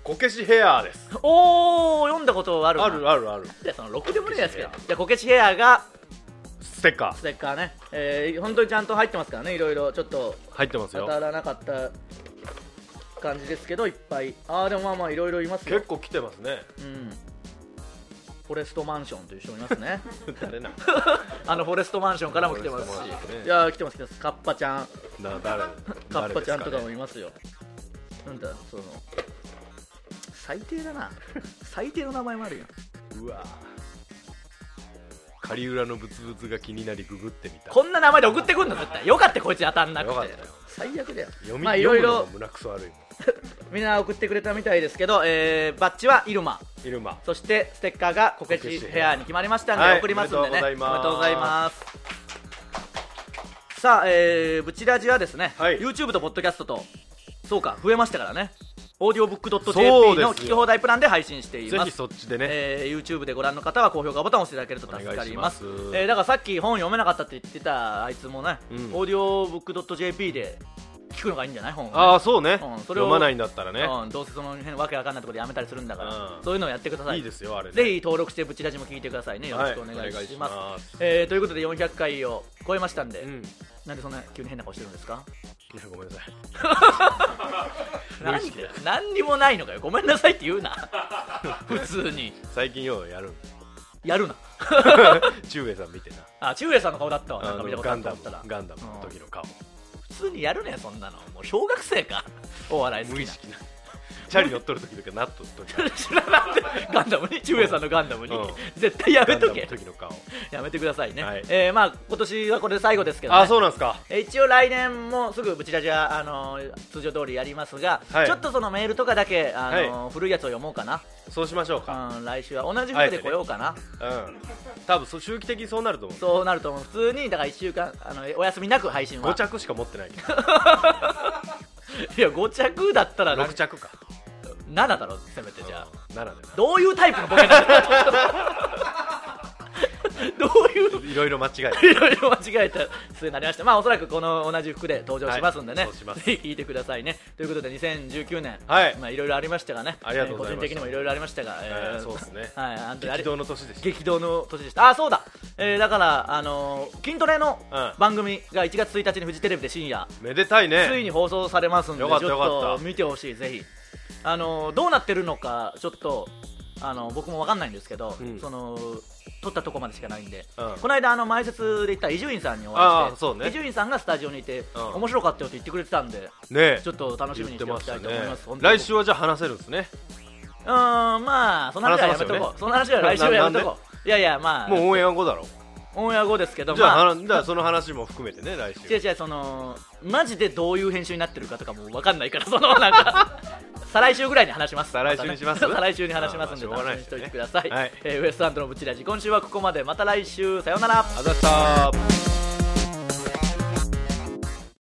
Speaker 3: こけしヘアーです
Speaker 2: おお読んだことあるな
Speaker 3: あるあるある
Speaker 2: でその6でもねえやつけどじゃあこけしヘアが
Speaker 3: ステッカ
Speaker 2: ス
Speaker 3: ー
Speaker 2: テッカーね、えー、本当にちゃんと入ってますからねいろいろちょっと
Speaker 3: 入ってます
Speaker 2: 当
Speaker 3: よ
Speaker 2: たらなかった感じですけどいっぱいああでもまあまあいろいろいますよ
Speaker 3: 結構来てますね
Speaker 2: うんフォレストマンションという人もいます *laughs* ね
Speaker 3: 誰な
Speaker 2: あのフォレストマンションからも来てますし
Speaker 3: フォレストマンションね
Speaker 2: いやー来てます来てますカッパちゃん
Speaker 3: だ誰
Speaker 2: カッパちゃんとかも
Speaker 3: 誰で
Speaker 2: いますよなんだその最低だな最低の名前もあるよ
Speaker 3: すかねうわー仮裏のブツブツが気になりググってみた
Speaker 2: こんな名前で送ってくんの絶対よかったこいつ当たんなくて
Speaker 3: よかったよ
Speaker 2: 最悪だよ
Speaker 3: 読み、
Speaker 2: まあいろい
Speaker 3: 読
Speaker 2: ろ
Speaker 3: むのも胸くそ悪いもん
Speaker 2: みんな送ってくれたみたいですけど、えーバッジはイルマ
Speaker 3: 昼間
Speaker 2: そしてステッカーがこけ
Speaker 3: こけ
Speaker 2: し
Speaker 3: し
Speaker 2: ヘアに決まりましたんで、
Speaker 3: はい
Speaker 2: 送りますんでね
Speaker 3: おめでとうござい
Speaker 2: お
Speaker 3: ます
Speaker 2: めでとうございますさあ、えー、ブチラジはですね、
Speaker 3: はい
Speaker 2: YouTube とポッドキャストとそうか増えましたからねオーディオブックドット
Speaker 3: そう
Speaker 2: JP
Speaker 3: ですよ
Speaker 2: の聞き放題プランで配信してい
Speaker 3: ぜ
Speaker 2: ま
Speaker 3: ひ
Speaker 2: す
Speaker 3: そっちでね、
Speaker 2: えー YouTube でご覧の方は高評価ボタンを押していただけると助かります
Speaker 3: お願いします
Speaker 2: えーだからさっき本読めなかったって言ってたあいつもね、
Speaker 3: うん
Speaker 2: オーディオブックドット JP で聞くのがいいんじゃない本をね
Speaker 3: ああそう
Speaker 2: う
Speaker 3: ね、
Speaker 2: んそれを
Speaker 3: 読まないんだったらね、
Speaker 2: うん、どうせその辺わけわかんないところでやめたりするんだから、
Speaker 3: うん
Speaker 2: そういうのをやってください
Speaker 3: いいですよあれね
Speaker 2: ぜひ登録してブチラジも聞いてくださいねよろしくお願いします,、
Speaker 3: はいお願いします
Speaker 2: えーということで400回を超えましたんで、
Speaker 3: うんい
Speaker 2: なんでそんな急に変な顔してるんですか
Speaker 3: やごめんなさい無意
Speaker 2: 何
Speaker 3: 識
Speaker 2: で
Speaker 3: だ
Speaker 2: 何に *laughs* もないのかよごめんなさいって言うな普通に *laughs*
Speaker 3: 最近ようやる
Speaker 2: やるな
Speaker 3: 中衛さん見てな
Speaker 2: あ中衛さんの顔だったわなん
Speaker 3: あ
Speaker 2: か見たこ
Speaker 3: の
Speaker 2: と
Speaker 3: ガ
Speaker 2: あっ
Speaker 3: ン
Speaker 2: た
Speaker 3: ダ
Speaker 2: と思
Speaker 3: ム
Speaker 2: ったら
Speaker 3: ガンダムの時の顔
Speaker 2: 普通にやるねそんなのもう小学生かお笑い好
Speaker 3: 無
Speaker 2: き
Speaker 3: 意
Speaker 2: な
Speaker 3: 識なチャリ乗っとる時とかナットの時
Speaker 2: *laughs* 知らなんでガンダムに中衛さんのガンダムに、
Speaker 3: うん
Speaker 2: 絶対や
Speaker 3: ガ
Speaker 2: め
Speaker 3: ンダ
Speaker 2: と
Speaker 3: ム
Speaker 2: け
Speaker 3: の時の顔
Speaker 2: やめてくださいね、
Speaker 3: はい
Speaker 2: えーまあ今年はこれで最後ですけど、ね、
Speaker 3: あそうなんすか
Speaker 2: えー一応来年もすぐブチラジはあのー通常通りやりますが、
Speaker 3: はい
Speaker 2: ちょっとそのメールとかだけ、あのー古いやつを読もうかな、
Speaker 3: そうしましょうか
Speaker 2: うん、来週は同じ服で来ようかな、
Speaker 3: うん多分そう周期的にそうなると思う
Speaker 2: そうなると思う普通にだから1週間あのお休みなく配信は
Speaker 3: 5着しか持ってないけど
Speaker 2: いや5着だったら
Speaker 3: 6着か
Speaker 2: 7だろせめてじゃあ
Speaker 3: 7でな
Speaker 2: どういうタイプのボケなん *laughs* だどういう
Speaker 3: いろいろ間違
Speaker 2: *laughs*
Speaker 3: えて
Speaker 2: いろいろ間違えた末になりましたまあおそらくこの同じ服で登場しますんでね、
Speaker 3: はいそうします
Speaker 2: ぜひ聞いてくださいねということで2019年、
Speaker 3: はい
Speaker 2: まあいろいろありましたがね
Speaker 3: ありがとうござい
Speaker 2: えー個人
Speaker 3: ました
Speaker 2: 的にもいろいろありましたが、え
Speaker 3: えーそうですね
Speaker 2: はいあんたあれ
Speaker 3: 激動の年でした
Speaker 2: 激動の年でしたあそうだ、えーだからあのー筋トレの
Speaker 3: うん
Speaker 2: 番組が1月1日にフジテレビで深夜
Speaker 3: めでたいね
Speaker 2: ついに放送されますんで
Speaker 3: よかった
Speaker 2: ちょ
Speaker 3: よか
Speaker 2: っ
Speaker 3: っ
Speaker 2: と
Speaker 3: た
Speaker 2: 見てほしいぜひあのどうなってるのかちょっとあの僕もわかんないんですけど、
Speaker 3: うん
Speaker 2: その撮ったとこまでしかないんで、
Speaker 3: うん
Speaker 2: この間あの前説で行った伊集院さんにお会い
Speaker 3: あ
Speaker 2: し
Speaker 3: ーそう
Speaker 2: て
Speaker 3: ね
Speaker 2: 伊集院さんがスタジオにいて、
Speaker 3: うん
Speaker 2: 面白かったよって言ってくれてたんで
Speaker 3: ね
Speaker 2: ちょっと楽しみにしておきたいと思います本当に
Speaker 3: 来週はじゃあ話せるんですね
Speaker 2: うーんまあその話はやめとこう、
Speaker 3: 話せますよね
Speaker 2: その話は来週はやめとこういやいやまあ
Speaker 3: もうオンエア後だろ
Speaker 2: オンエア後ですけど
Speaker 3: じゃ
Speaker 2: まあ
Speaker 3: あはなじゃあその話も含めてね来週
Speaker 2: 違う違うそのマジでどういう編集になってるかとかもわかんないからそのなん *laughs* か再来週ぐらいに話します
Speaker 3: 再来週にします
Speaker 2: たね再来週に話しますんで
Speaker 3: まあまあしょう
Speaker 2: 楽
Speaker 3: がな
Speaker 2: しみ
Speaker 3: いで
Speaker 2: にして
Speaker 3: す
Speaker 2: おいてくださ
Speaker 3: ね
Speaker 2: い、
Speaker 3: はい
Speaker 2: えーウエストランドのブチラジ今週はここまでまた来週さようなら
Speaker 3: あざしたー